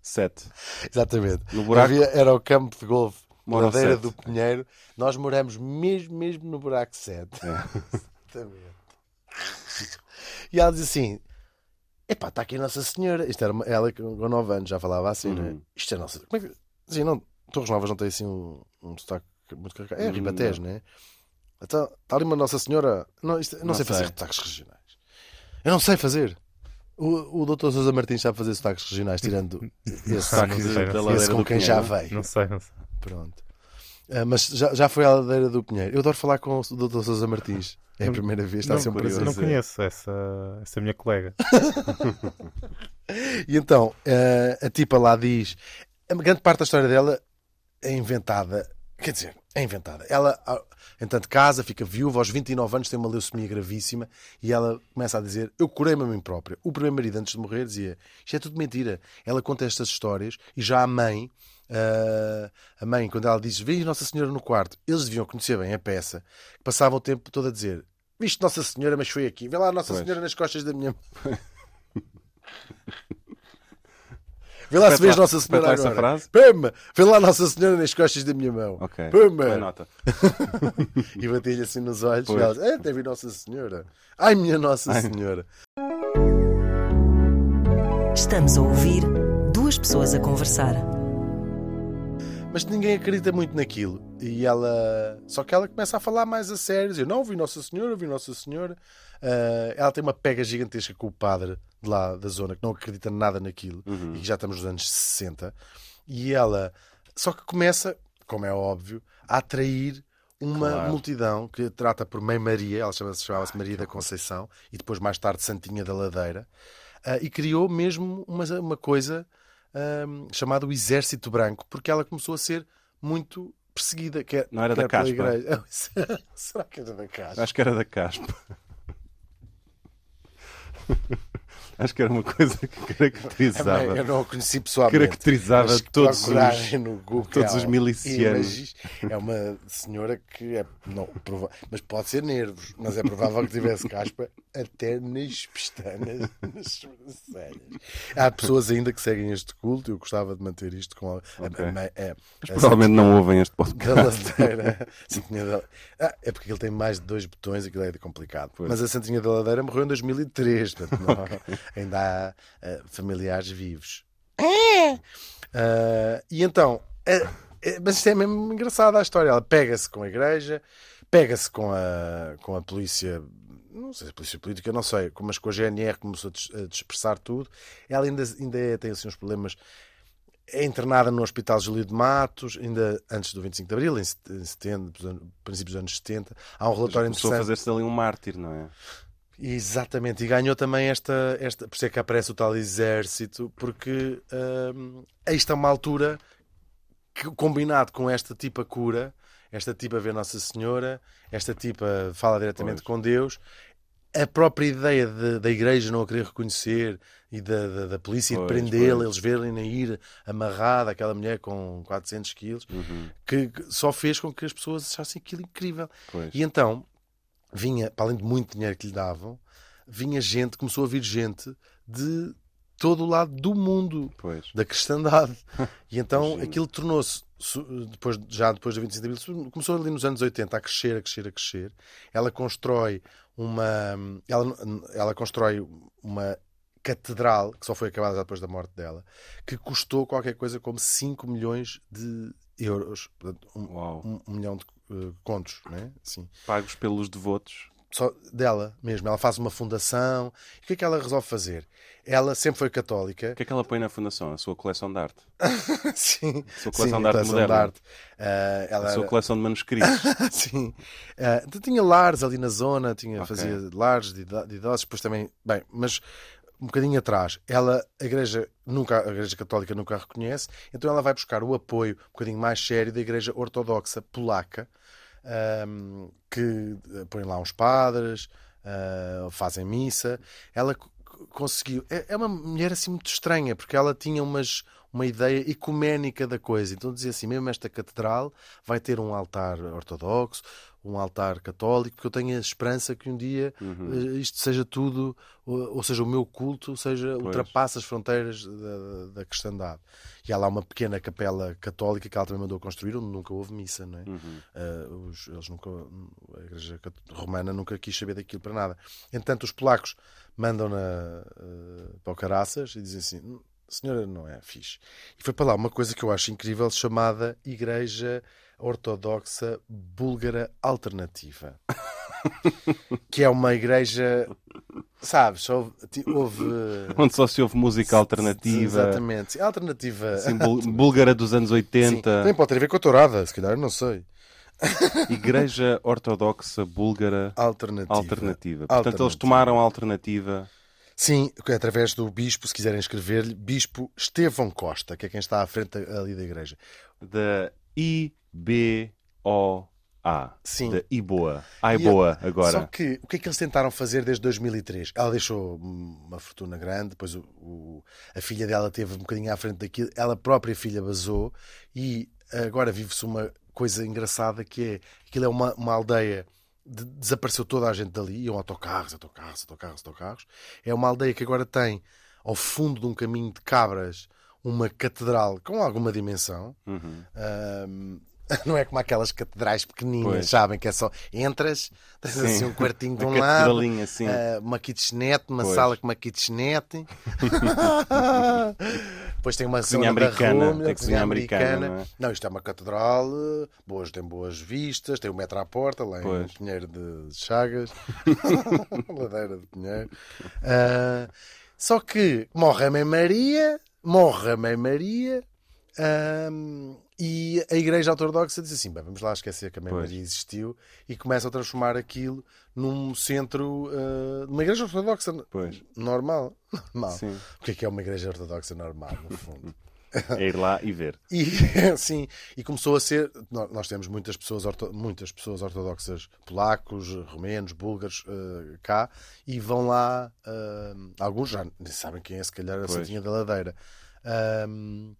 Speaker 2: 7.
Speaker 1: Exatamente.
Speaker 2: No buraco-
Speaker 1: Havia- era o campo de golfe,
Speaker 2: Moram
Speaker 1: Ladeira
Speaker 2: sete.
Speaker 1: do Pinheiro. Nós moramos mesmo, mesmo no buraco 7.
Speaker 2: É.
Speaker 1: *laughs* Exatamente. E ela diz assim: Epá, está aqui a Nossa Senhora. Isto era uma- ela com com 9 anos já falava assim, não é?
Speaker 2: Uhum.
Speaker 1: Isto é Nossa Como é que... assim, não, Torres Novas não tem assim um, um sotaque muito carregado. É
Speaker 2: Hum,
Speaker 1: Ribatejo, não é? Então, está ali uma Nossa Senhora. Não, isto- eu não,
Speaker 2: Não
Speaker 1: sei,
Speaker 2: sei.
Speaker 1: fazer sotaques regionais. Eu não sei fazer. O, o Dr. Sousa Martins sabe fazer sotaques regionais, tirando
Speaker 2: *laughs*
Speaker 1: esse
Speaker 2: Sotaque
Speaker 1: esse
Speaker 2: da Ladeira
Speaker 1: com
Speaker 2: do
Speaker 1: quem
Speaker 2: Pinheiro.
Speaker 1: já veio.
Speaker 4: Não sei, não sei.
Speaker 1: Pronto. Ah, mas já, já foi à ladeira do Pinheiro. Eu adoro falar com o Dr. Sousa Martins. É a
Speaker 4: Não-
Speaker 1: primeira vez, está a ser um
Speaker 2: curioso.
Speaker 1: prazer.
Speaker 4: não
Speaker 2: dizer.
Speaker 4: conheço essa, essa minha colega.
Speaker 1: E então, eh, a tipa lá diz. A grande parte da história dela é inventada. Quer dizer, é inventada. Ela, ah, entanto, casa, fica viúva, aos 29 anos tem uma leucemia gravíssima e ela começa a dizer: Eu curei-me a mim própria. O primeiro marido, antes de morrer, dizia: Isto é tudo mentira. Ela conta estas histórias e já a mãe. ah, a mãe, quando ela diz Vês Nossa Senhora no quarto, eles deviam conhecer bem a peça, que passavam o tempo todo a dizer Viste Nossa Senhora, mas foi aqui, vê lá Nossa
Speaker 2: Pois.
Speaker 1: Senhora nas costas da minha Vê lá se vês
Speaker 2: Repete lá-
Speaker 1: Nossa Senhora
Speaker 2: repete lá essa
Speaker 1: agora.
Speaker 2: frase.
Speaker 1: Pema! Vê lá Nossa Senhora nas costas da minha mão.
Speaker 2: Ok. Boa
Speaker 1: Pema!
Speaker 2: nota.
Speaker 1: E bati-lhe assim nos olhos.
Speaker 2: Pois.
Speaker 1: E ela, até vi Nossa Senhora. Ai, minha Nossa
Speaker 2: Ai.
Speaker 1: Senhora.
Speaker 3: Estamos a ouvir duas pessoas a conversar.
Speaker 1: Mas ninguém acredita muito naquilo. E ela. Só que ela começa a falar mais a sério. Eu não vi Nossa Senhora, eu vi Nossa Senhora. Ah, ela tem uma pega gigantesca com o padre de lá da zona que não acredita nada naquilo.
Speaker 2: Uhum.
Speaker 1: E que já estamos nos anos 60. E ela. Só que começa, como é óbvio, a atrair uma
Speaker 2: Claro.
Speaker 1: multidão que trata por Mãe Maria, ela chama- chamava-se Maria da Conceição, e depois mais tarde Santinha da Ladeira, ah, e criou mesmo uma, uma coisa ahm, chamada o Exército Branco, porque ela começou a ser muito perseguida. Quer,
Speaker 2: Não era da
Speaker 1: quer pela
Speaker 2: caspa?
Speaker 1: igreja. *laughs* Será que era da Caspa?
Speaker 2: Acho que era da caspa. *laughs* Acho que era uma coisa que caracterizava.
Speaker 1: Também, É eu não a conheci pessoalmente.
Speaker 2: Caracterizava
Speaker 1: mas que
Speaker 2: todos os-
Speaker 1: procurarem no Google,
Speaker 2: todos os milicianos.
Speaker 1: imagis- É uma senhora que é. Não, prova- mas pode ser nervos, mas é provável que tivesse caspa até nas pestanas, *laughs* nas sobrancelhas. Há pessoas ainda que seguem este culto, eu gostava de manter isto com. a- a-
Speaker 2: Ok.
Speaker 1: a- a- a-
Speaker 2: Provavelmente não ouvem este podcast.
Speaker 1: da ladeira. Santinha da... Ah, é porque ele tem mais de dois botões, aquilo é complicado.
Speaker 2: Pois.
Speaker 1: Mas a Santinha da Ladeira morreu em 2003, portanto, não- *laughs* ainda há ah, familiares vivos. Ah, e então, ah, eh, mas isto é mesmo engraçado a história. Ela pega-se com a igreja, pega-se com a, com a polícia, não sei se a polícia política, não sei, com- mas com a GNR começou a, dis- a dispersar tudo. Ela ainda, ainda é- tem assim, uns problemas. É internada no Hospital Júlio de Matos, ainda antes do 25 de Abril, em set- em 70, dos anos- princípios dos anos 70. Há um relatório
Speaker 2: Começou a
Speaker 1: interessante.
Speaker 2: fazer-se ali um mártir, não é?
Speaker 1: Exatamente, e ganhou também esta, esta. Por isso é que aparece o tal exército, porque hum, isto é uma altura que, combinado com esta tipa cura, esta tipa vê Nossa Senhora, esta tipa fala diretamente
Speaker 2: Pois.
Speaker 1: com Deus, a própria ideia de- da igreja não a querer reconhecer e da, da, da polícia de
Speaker 2: Pois,
Speaker 1: prendê-la,
Speaker 2: pois.
Speaker 1: eles verem na ir amarrada, aquela mulher com 400 quilos,
Speaker 2: Uhum.
Speaker 1: que, que só fez com que as pessoas achassem aquilo incrível.
Speaker 2: Pois.
Speaker 1: E então, vinha, para além de muito dinheiro que lhe davam, vinha gente, começou a vir gente de todo o lado do mundo
Speaker 2: Pois.
Speaker 1: da cristandade. E então
Speaker 2: Imagino.
Speaker 1: aquilo tornou-se, su- depois, já depois da 25 de Abril, su- começou ali nos anos 80 a crescer, a crescer, a crescer. Ela constrói uma. Ela, ela constrói uma catedral, que só foi acabada já depois da morte dela, que custou qualquer coisa como 5 milhões de euros. Portanto, um,
Speaker 2: Uau.
Speaker 1: um- um milhão de eh, contos, né? Sim
Speaker 2: Pagos pelos devotos.
Speaker 1: só dela mesmo. Ela faz uma fundação. E o que é que ela resolve fazer? Ela sempre foi católica. *laughs*
Speaker 2: O que é que ela põe na fundação? A sua coleção de arte.
Speaker 1: sim,
Speaker 2: Sua coleção
Speaker 1: sim,
Speaker 2: de arte
Speaker 1: coleção
Speaker 2: moderna.
Speaker 1: Ah, ela
Speaker 2: A sua
Speaker 1: era-
Speaker 2: coleção de manuscritos.
Speaker 1: *laughs*
Speaker 2: *laughs*
Speaker 1: sim. Ah, então tinha lares ali na zona, tinha,
Speaker 2: Ok.
Speaker 1: fazia lares de, ido- de idosos, depois também. Bem, mas um bocadinho atrás, ela, a Igreja, nunca, a Igreja Católica nunca a reconhece, então ela vai buscar o apoio um bocadinho mais sério da Igreja Ortodoxa Polaca, ahm, que eh, põem lá uns padres, ah, fazem missa. Ela co- co- conseguiu. É, é uma mulher assim muito estranha, porque ela tinha umas. Uma ideia ecuménica da coisa. Então dizia assim: mesmo esta catedral vai ter um altar ortodoxo, um altar católico, porque eu tenho a esperança que um dia eh, isto seja tudo, ou, ou seja, o meu culto seja ultrapasse as fronteiras da, da cristandade. E há lá uma pequena capela católica que ela também mandou construir, onde nunca houve missa, não é? Eh, os- eles nunca, a Igreja Cat- Romana nunca quis saber daquilo para nada. Entretanto, os polacos mandam-na eh, para o Caraças e dizem assim: "Hum, Senhora, não é fixe. E foi para lá uma coisa que eu acho incrível, chamada Igreja Ortodoxa Búlgara
Speaker 2: *laughs*
Speaker 1: Alternativa. que é uma igreja, sabes, só houve. ti- houve, eh,
Speaker 2: Onde só se ouve música alternativa.
Speaker 1: Exatamente. Alternativa.
Speaker 2: Assim, bul- búlgara dos anos
Speaker 1: Sim,
Speaker 2: 80.
Speaker 1: Também pode ter a ver com a tourada, se calhar, não sei.
Speaker 2: Igreja Ortodoxa Búlgara
Speaker 1: Alternativa.
Speaker 2: Alternativa. Portanto, eles
Speaker 1: Alternativa.
Speaker 2: tomaram a alternativa.
Speaker 1: Sim, é através do bispo, se quiserem escrever-lhe, Bispo Estevão Costa, que é quem está à frente ali da igreja.
Speaker 2: da IBOA.
Speaker 1: Sim.
Speaker 2: Da IBOA. Ai,
Speaker 1: E
Speaker 2: boa,
Speaker 1: Só
Speaker 2: agora.
Speaker 1: que o que é que eles tentaram fazer desde 2003? Ela deixou hum, uma fortuna grande, depois o- o- a filha dela teve um bocadinho à frente daquilo, ela própria filha basou e agora vive-se uma coisa engraçada que é aquilo é uma, uma aldeia. de- desapareceu toda a gente dali, iam autocarros, autocarros, autocarros, autocarros. É uma aldeia que agora tem ao fundo de um caminho de cabras uma catedral com alguma dimensão.
Speaker 2: Uhum.
Speaker 1: Ahm, *laughs* não é como aquelas catedrais pequeninas,
Speaker 2: Pois.
Speaker 1: sabem? Que é só entras, tens
Speaker 2: Sim.
Speaker 1: assim um quartinho de
Speaker 2: *laughs* A
Speaker 1: um lado,
Speaker 2: catedralinha, assim.
Speaker 1: ah, uma kitchenette, uma
Speaker 2: Pois.
Speaker 1: sala com uma kitchenette. *laughs* Depois tem uma
Speaker 2: Cozinha
Speaker 1: zona da
Speaker 2: americana,
Speaker 1: Roma,
Speaker 2: tem
Speaker 1: a cozinha americana.
Speaker 2: não
Speaker 1: Não,
Speaker 2: é?
Speaker 1: isto é uma catedral, eh, boas, tem boas vistas, tem o metro à porta, lá
Speaker 2: Pois.
Speaker 1: em Pinheiro de
Speaker 2: *laughs*
Speaker 1: Chagas, ladeira de Pinheiro. Ah, só que morre a Mãe Maria, morre a Mãe Maria, Ahm, e a Igreja Ortodoxa diz assim: bem, vamos lá esquecer que a Mãe
Speaker 2: Pois.
Speaker 1: Maria existiu e começa a transformar aquilo num centro, ah, numa Igreja Ortodoxa n-
Speaker 2: Pois.
Speaker 1: normal. *laughs* normal.
Speaker 2: Sim.
Speaker 1: O que é que é uma Igreja Ortodoxa normal, no fundo? *laughs*
Speaker 2: É ir lá e ver.
Speaker 1: E *laughs* sim, e começou a ser. nó- Nós temos muitas pessoas, orto- muitas pessoas ortodoxas, polacos, romenos, búlgaros eh, cá, e vão lá. eh, alguns já nem sabem quem é, se calhar a
Speaker 2: Pois.
Speaker 1: Santinha da Ladeira. Ahm,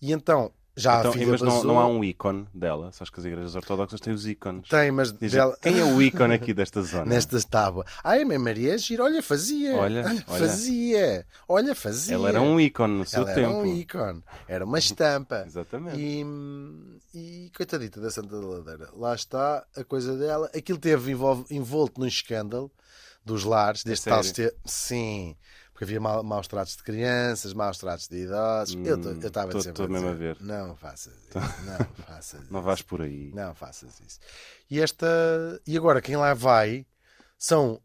Speaker 1: e então, já
Speaker 2: Então,
Speaker 1: a filha
Speaker 2: mas não,
Speaker 1: basou-
Speaker 2: não há um ícone dela. Só que as igrejas ortodoxas têm os ícones.
Speaker 1: Tem, mas
Speaker 2: Diz,
Speaker 1: dela-
Speaker 2: Quem é o ícone aqui desta zona?
Speaker 1: nesta tábua. Ai, a mãe Maria é gira, olha, fazia.
Speaker 2: Olha, olha.
Speaker 1: fazia. Olha, fazia.
Speaker 2: Ela era um ícone no seu
Speaker 1: Ela era
Speaker 2: tempo.
Speaker 1: um ícone, era uma estampa.
Speaker 2: Exatamente.
Speaker 1: E, hum, e coitadita da Santa da Ladeira, lá está a coisa dela. Aquilo teve envolv- envolto num escândalo dos lares, deste tal
Speaker 2: É sério?
Speaker 1: este- Sim, porque havia ma- maus tratos de crianças, maus tratos de idosos. eu tô-
Speaker 2: Hum,
Speaker 1: eu estava
Speaker 2: tô-
Speaker 1: sempre
Speaker 2: tô mesmo a
Speaker 1: dizer,
Speaker 2: ver.
Speaker 1: Não faças
Speaker 2: *laughs*
Speaker 1: isso, não faças
Speaker 2: Não
Speaker 1: isso.
Speaker 2: vais por aí.
Speaker 1: Não faças isso. E esta e agora quem lá vai são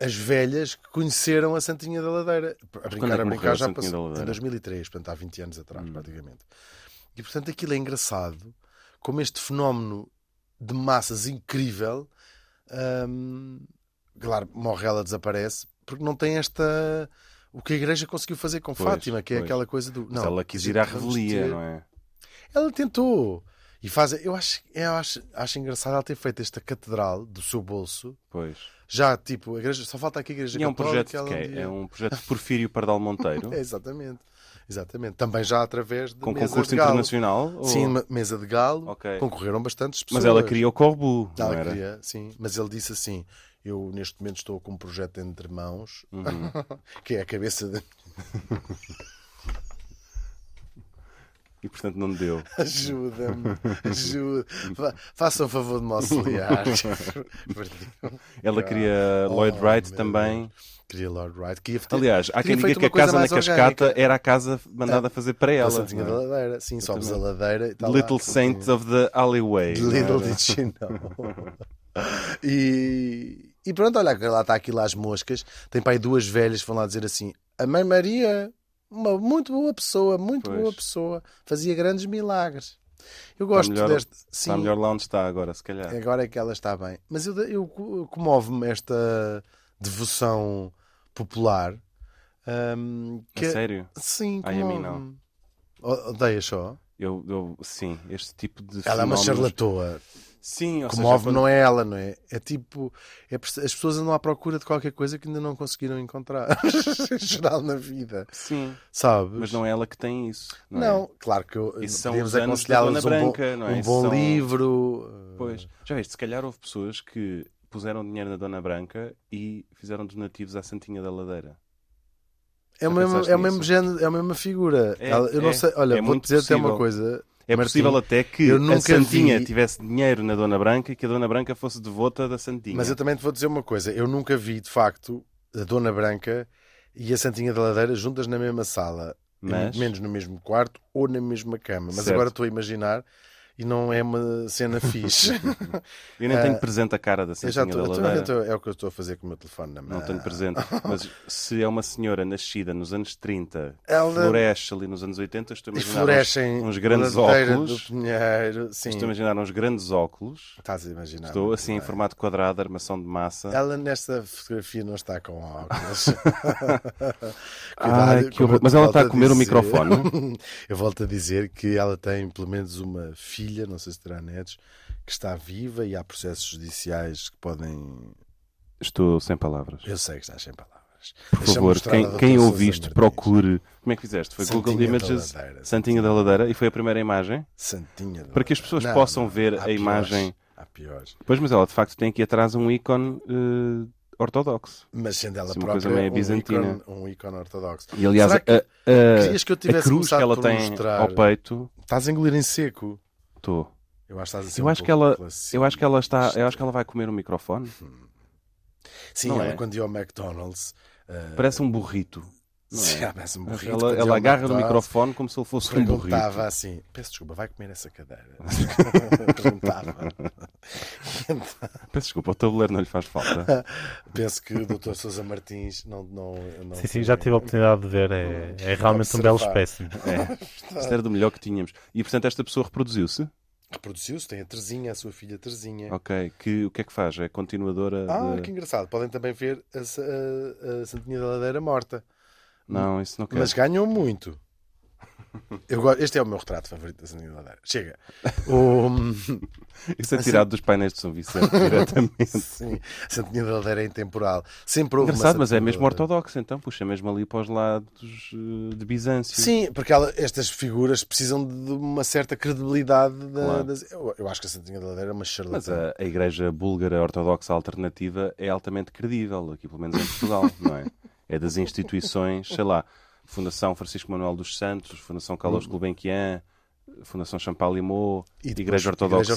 Speaker 1: as velhas que conheceram a Santinha da Ladeira. A
Speaker 2: quando é
Speaker 1: brincar,
Speaker 2: que
Speaker 1: a
Speaker 2: morreu a
Speaker 1: brincar já
Speaker 2: Santinha da
Speaker 1: passou
Speaker 2: Ladeira? Hum.
Speaker 1: em 2003, portanto há 20 anos atrás praticamente. E portanto aquilo é engraçado como este fenómeno de massas incrível hum, claro, morre ela, desaparece porque não tem esta o que a igreja conseguiu fazer com
Speaker 2: Pois,
Speaker 1: Fátima que é
Speaker 2: pois.
Speaker 1: aquela coisa do...
Speaker 2: Mas
Speaker 1: não,
Speaker 2: ela quis ir à
Speaker 1: vamos
Speaker 2: revelia,
Speaker 1: ter-
Speaker 2: não é?
Speaker 1: ela tentou. E faz, eu acho, eu acho, acho engraçado ela ter feito esta catedral do seu bolso.
Speaker 2: Pois.
Speaker 1: Já, tipo, a igreja, só falta aqui a igreja
Speaker 2: E é um projeto
Speaker 1: católica.
Speaker 2: de
Speaker 1: ela
Speaker 2: quê?
Speaker 1: dia-
Speaker 2: É um projeto de
Speaker 1: *laughs*
Speaker 2: Porfírio Pardal Monteiro?
Speaker 1: É, exatamente. Exatamente. Também já através de
Speaker 2: Com
Speaker 1: mesa
Speaker 2: concurso
Speaker 1: de galo.
Speaker 2: internacional? ou-
Speaker 1: Sim, ma- mesa de galo.
Speaker 2: Ok.
Speaker 1: Concorreram bastantes pessoas.
Speaker 2: Mas ela queria o Corbu, não
Speaker 1: Ela
Speaker 2: era?
Speaker 1: queria, sim. Mas ele disse assim:
Speaker 2: Uhum.
Speaker 1: *laughs* Eu neste momento estou com um projeto entre mãos, que é a cabeça de.
Speaker 2: portanto não deu.
Speaker 1: Ajuda-me, *laughs* ajuda. Fa- Faça um favor de me
Speaker 2: *laughs*
Speaker 1: auxiliar.
Speaker 2: Ela
Speaker 1: Ah,
Speaker 2: queria
Speaker 1: oh,
Speaker 2: Lloyd Wright
Speaker 1: meu
Speaker 2: também.
Speaker 1: Queria Lord Wright. Que ia ter-
Speaker 2: Aliás, há quem
Speaker 1: Tinha feito
Speaker 2: diga que a
Speaker 1: uma coisa
Speaker 2: casa na
Speaker 1: mais
Speaker 2: cascata
Speaker 1: orgânica. É.
Speaker 2: era a casa mandada fazer para
Speaker 1: Ela
Speaker 2: ela.
Speaker 1: Santinha
Speaker 2: não
Speaker 1: da
Speaker 2: é?
Speaker 1: ladeira. Sim, sobes a ladeira e tá
Speaker 2: The
Speaker 1: lá. *laughs*
Speaker 2: Little Saint of the Alleyway. não é?
Speaker 1: Little did she know. e, e pronto, olha, lá está aquilo às moscas. Tem pai duas velhas que vão lá dizer assim: A mãe Maria, uma muito boa pessoa, muito
Speaker 2: Pois. Tá
Speaker 1: boa pessoa, fazia grandes milagres. Eu gosto
Speaker 2: melhor-
Speaker 1: deste.
Speaker 2: Está
Speaker 1: Sim,
Speaker 2: melhor lá onde está agora, se calhar.
Speaker 1: agora é que ela está bem. Mas eu, eu co- comovo-me esta devoção popular. hum,
Speaker 2: A
Speaker 1: que,
Speaker 2: sério?
Speaker 1: sim,
Speaker 2: Ai, a mim
Speaker 1: comovo-me. O- Odeia só.
Speaker 2: Eu, eu- sim, este tipo de.
Speaker 1: Ela é uma
Speaker 2: fenómenos-
Speaker 1: charlatoa.
Speaker 2: Sim, ou seja,
Speaker 1: comove
Speaker 2: quando-
Speaker 1: não é ela, não é? É tipo, é perce- as pessoas andam à procura de qualquer coisa que ainda não conseguiram encontrar, *laughs* em geral na vida,
Speaker 2: Sim,
Speaker 1: sabes?
Speaker 2: mas não é ela que tem isso. Não, é?
Speaker 1: Não, claro que eu,
Speaker 2: Isso são
Speaker 1: podemos
Speaker 2: os anos da
Speaker 1: aconselhá-los um
Speaker 2: Dona
Speaker 1: bom,
Speaker 2: Branca, não é?
Speaker 1: um
Speaker 2: Isso
Speaker 1: bom
Speaker 2: são-
Speaker 1: livro.
Speaker 2: Pois, já viste, se calhar houve pessoas que puseram dinheiro na Dona Branca e fizeram donativos à Santinha da Ladeira.
Speaker 1: É o
Speaker 2: Já
Speaker 1: mesmo,
Speaker 2: pensaste
Speaker 1: é o mesmo
Speaker 2: nisso?
Speaker 1: género, é a mesma figura.
Speaker 2: É,
Speaker 1: Ela- eu não
Speaker 2: é,
Speaker 1: sei, olha,
Speaker 2: é
Speaker 1: vou
Speaker 2: muito
Speaker 1: dizer até uma
Speaker 2: possível.
Speaker 1: coisa.
Speaker 2: É
Speaker 1: Martim,
Speaker 2: possível até que
Speaker 1: eu nunca
Speaker 2: a Santinha
Speaker 1: vi-
Speaker 2: tivesse dinheiro na Dona Branca e que a Dona Branca fosse devota da Santinha.
Speaker 1: Mas eu também te vou dizer uma coisa: eu nunca vi, de facto, a Dona Branca e a Santinha da Ladeira juntas na mesma sala, e
Speaker 2: Mas-
Speaker 1: muito menos no mesmo quarto ou na mesma cama. Mas
Speaker 2: Certo.
Speaker 1: agora estou a imaginar e não é uma
Speaker 2: *laughs*
Speaker 1: cena fixe. *laughs*
Speaker 2: Eu nem tenho presente a cara da
Speaker 1: eu já
Speaker 2: Santinha
Speaker 1: estou, Ah, eu Ah.
Speaker 2: da
Speaker 1: estou-
Speaker 2: Ladeira.
Speaker 1: eu estou- é o que eu estou a fazer com o meu telefone na mão.
Speaker 2: Não tenho presente. Mas se é uma senhora nascida nos anos 30,
Speaker 1: Ela-
Speaker 2: floresce ali nos anos 80, estou a
Speaker 1: E
Speaker 2: imaginar
Speaker 1: florescem
Speaker 2: uns, uns grandes
Speaker 1: na ladeira
Speaker 2: óculos.
Speaker 1: Do Pinheiro. Sim,
Speaker 2: Estou a imaginar uns grandes óculos.
Speaker 1: estás a imaginar.
Speaker 2: Estou
Speaker 1: muito
Speaker 2: assim em
Speaker 1: bem.
Speaker 2: formato quadrado, armação de massa.
Speaker 1: Ela nesta fotografia não está com
Speaker 2: *laughs*
Speaker 1: óculos. *laughs*
Speaker 2: Ai,
Speaker 1: Cuidado,
Speaker 2: que
Speaker 1: como
Speaker 2: horror.
Speaker 1: eu
Speaker 2: Mas ela
Speaker 1: volto
Speaker 2: está a comer o
Speaker 1: dizer-
Speaker 2: microfone.
Speaker 1: *laughs* eu volto a dizer que ela tem pelo menos uma filha, não sei se terá netos, que está viva e há processos judiciais que podem.
Speaker 2: Estou sem palavras.
Speaker 1: Eu sei que estás sem palavras.
Speaker 2: Por favor, quem, quem ouve isto, procure. Como é que fizeste? Foi Google Images, Santinha da Ladeira, e foi a primeira imagem.
Speaker 1: Santinha da
Speaker 2: Para que as pessoas
Speaker 1: Ladeira.
Speaker 2: possam ver
Speaker 1: há
Speaker 2: a
Speaker 1: piores,
Speaker 2: imagem.
Speaker 1: Há piores.
Speaker 2: Pois, mas ela de facto tem aqui atrás um ícone eh, ortodoxo.
Speaker 1: Mas sendo ela
Speaker 2: Sim, é uma
Speaker 1: própria
Speaker 2: coisa meio
Speaker 1: um
Speaker 2: bizantina.
Speaker 1: ícone- um ícone ortodoxo.
Speaker 2: E aliás,
Speaker 1: Será que
Speaker 2: a, a-
Speaker 1: querias que eu
Speaker 2: a
Speaker 1: tivesse
Speaker 2: cruz que
Speaker 1: começado
Speaker 2: ela
Speaker 1: por
Speaker 2: tem
Speaker 1: mostrar?
Speaker 2: ao peito.
Speaker 1: Estás a engolir em seco.
Speaker 2: Estou.
Speaker 1: Eu acho que estás a ser
Speaker 2: Eu
Speaker 1: um
Speaker 2: acho que
Speaker 1: pouco
Speaker 2: ela.
Speaker 1: classista.
Speaker 2: Eu acho que ela está. Eu acho que ela vai comer o microfone.
Speaker 1: Sim,
Speaker 2: Não
Speaker 1: ela
Speaker 2: é?
Speaker 1: quando ia ao McDonald's. ah, *laughs*
Speaker 2: Parece um burrito. não
Speaker 1: sim,
Speaker 2: é?
Speaker 1: ela parece um burrito,
Speaker 2: Ela,
Speaker 1: quando ia
Speaker 2: ela
Speaker 1: ao
Speaker 2: agarra no
Speaker 1: McDonald's,
Speaker 2: microfone como se ele fosse um burrito.
Speaker 1: Perguntava assim: peço desculpa, vai comer essa
Speaker 2: *laughs*
Speaker 1: cadeira? perguntava.
Speaker 2: Peço desculpa, o tabuleiro não lhe faz falta.
Speaker 1: Penso que o Dr. Sousa Martins não. não, não é.
Speaker 4: Sim, sim, já tive a oportunidade de ver. É, é realmente um belo
Speaker 1: Observar.
Speaker 4: espécime.
Speaker 2: É. Isto era do melhor que tínhamos. E portanto esta pessoa reproduziu-se.
Speaker 1: Reproduziu-se, tem a Terzinha, a sua filha Terzinha.
Speaker 2: Ok. Que, o que é que faz? É continuadora
Speaker 1: Ah,
Speaker 2: de-
Speaker 1: que engraçado. Podem também ver a, Sa- a- a Santinha da Ladeira morta.
Speaker 2: Não, isso não quero.
Speaker 1: Mas ganham muito. Eu gosto- este é o meu retrato favorito da Santinha da Ladeira. Chega.
Speaker 2: *laughs*
Speaker 1: O-
Speaker 2: Isso é tirado dos painéis de São Vicente diretamente.
Speaker 1: Sim, Santinha da Ladeira é intemporal. Sempre *laughs* houve uma
Speaker 2: Engraçado, mas é
Speaker 1: Santinha
Speaker 2: mesmo
Speaker 1: da Ladeira.
Speaker 2: ortodoxo, então puxa mesmo ali para os lados eh, de Bizâncio.
Speaker 1: Sim, porque ela- estas figuras precisam de uma certa credibilidade. da-
Speaker 2: Claro.
Speaker 1: das- eu, eu acho que a Santinha da Ladeira é uma
Speaker 2: Mas
Speaker 1: charlatã.
Speaker 2: a, a Igreja Búlgara Ortodoxa Alternativa é altamente credível, aqui pelo menos
Speaker 1: *laughs*
Speaker 2: em Portugal, não é? É das instituições, sei lá, Fundação Francisco Manuel dos Santos, Fundação
Speaker 1: Hum.
Speaker 2: Carlos Gulbenkian, Fundação Champalimau,
Speaker 1: E depois,
Speaker 2: Igreja Ortodoxa,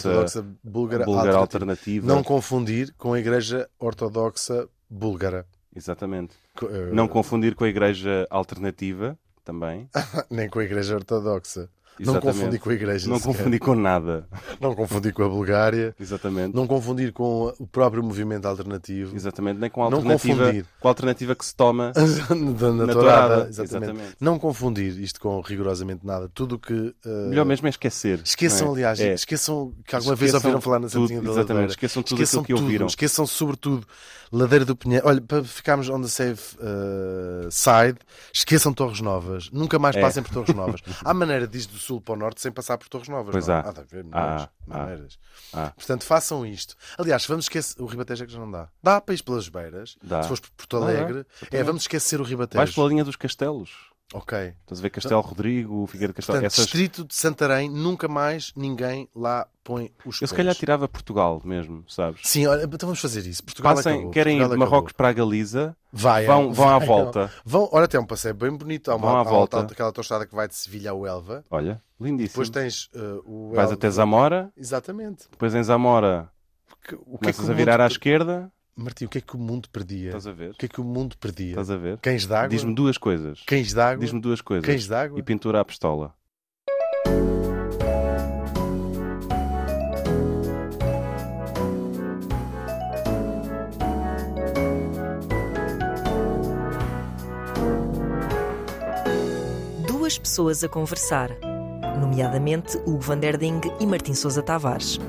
Speaker 1: Búlgara,
Speaker 2: Búlgara
Speaker 1: Alternativa.
Speaker 2: Alternativa.
Speaker 1: Não confundir com a Igreja Ortodoxa Búlgara.
Speaker 2: Exatamente.
Speaker 1: Co- eh,
Speaker 2: Não confundir com a Igreja Alternativa também.
Speaker 1: Nem com a Igreja Ortodoxa. Ah, Não
Speaker 2: Exatamente.
Speaker 1: confundir com a Igreja.
Speaker 2: Não
Speaker 1: sequer.
Speaker 2: confundir com nada.
Speaker 1: não confundir com a Bulgária.
Speaker 2: Exatamente.
Speaker 1: Não confundir com o próprio movimento alternativo.
Speaker 2: Exatamente, nem com a
Speaker 1: Não
Speaker 2: alternativa,
Speaker 1: confundir.
Speaker 2: com a alternativa que se
Speaker 1: *laughs*
Speaker 2: toma.
Speaker 1: da
Speaker 2: Na
Speaker 1: na
Speaker 2: tourada,
Speaker 1: tourada, exatamente.
Speaker 2: exatamente.
Speaker 1: Não confundir isto com rigorosamente nada. Tudo o que. eh,
Speaker 2: Melhor mesmo é esquecer.
Speaker 1: Esqueçam,
Speaker 2: não é?
Speaker 1: aliás,
Speaker 2: É.
Speaker 1: esqueçam que alguma vez
Speaker 2: Esqueçam
Speaker 1: ouviram falar na
Speaker 2: tudo,
Speaker 1: Santinha da
Speaker 2: exatamente,
Speaker 1: Ladeira.
Speaker 2: esqueçam tudo
Speaker 1: esqueçam
Speaker 2: aquilo que ouviram.
Speaker 1: Esqueçam sobretudo Ladeira do Pinheiro. Olha, para ficarmos on the safe eh, side, esqueçam Torres Novas. Nunca mais
Speaker 2: É.
Speaker 1: passem por Torres
Speaker 2: *laughs*
Speaker 1: Novas. há maneira de ir do sul para o norte sem passar por Torres Novas.
Speaker 2: Pois
Speaker 1: não? é?
Speaker 2: há.
Speaker 1: Há de haver
Speaker 2: Há,
Speaker 1: maneiras.
Speaker 2: há.
Speaker 1: maneiras.
Speaker 2: Há.
Speaker 1: Portanto, façam isto. Aliás, vamos esquecer. O Ribatejo é que já não dá. Dá para ir pelas beiras.
Speaker 2: Dá.
Speaker 1: Se fores por Porto
Speaker 2: Dá, dá.
Speaker 1: Alegre, é,
Speaker 2: Exatamente.
Speaker 1: vamos esquecer o Ribatejo.
Speaker 2: Vais pela linha dos castelos.
Speaker 1: Ok.
Speaker 2: Estás a ver Castelo Rodrigo, Figueira de Castelo.
Speaker 1: Portanto,
Speaker 2: Então, Essas...
Speaker 1: distrito de Santarém, nunca mais ninguém lá põe os
Speaker 2: Eu se
Speaker 1: pés.
Speaker 2: calhar tirava Portugal mesmo, sabes?
Speaker 1: Sim, olha, então vamos fazer isso. Portugal
Speaker 2: Passem,
Speaker 1: acabou,
Speaker 2: querem
Speaker 1: Portugal
Speaker 2: ir de
Speaker 1: acabou.
Speaker 2: Marrocos para a Galiza,
Speaker 1: Vai, é.
Speaker 2: vão, vão
Speaker 1: *laughs*
Speaker 2: à
Speaker 1: vai,
Speaker 2: volta.
Speaker 1: Vão, olha, tem um passeio bem bonito. Há uma,
Speaker 2: Vão à
Speaker 1: há uma-
Speaker 2: volta.
Speaker 1: há aquela tostada que vai de Sevilha ao Elva.
Speaker 2: Olha, lindíssimo.
Speaker 1: Depois tens eh, o
Speaker 2: Vais
Speaker 1: Elva.
Speaker 2: até Zamora,
Speaker 1: Exatamente.
Speaker 2: depois em Zamora
Speaker 1: Porque o que é que
Speaker 2: começas
Speaker 1: o
Speaker 2: a virar à
Speaker 1: mundo...
Speaker 2: esquerda.
Speaker 1: Martim, o que é que o mundo perdia?
Speaker 2: Estás a ver?
Speaker 1: O que é que o mundo perdia?
Speaker 2: Estás a ver?
Speaker 1: Cães d'água?
Speaker 2: Diz-me duas coisas.
Speaker 1: Cães d'água?
Speaker 2: Diz-me duas coisas.
Speaker 1: Cães d'água?
Speaker 2: E pintura à pistola.
Speaker 3: Duas pessoas a conversar, nomeadamente Hugo Van Der Ding e Martim Sousa Tavares.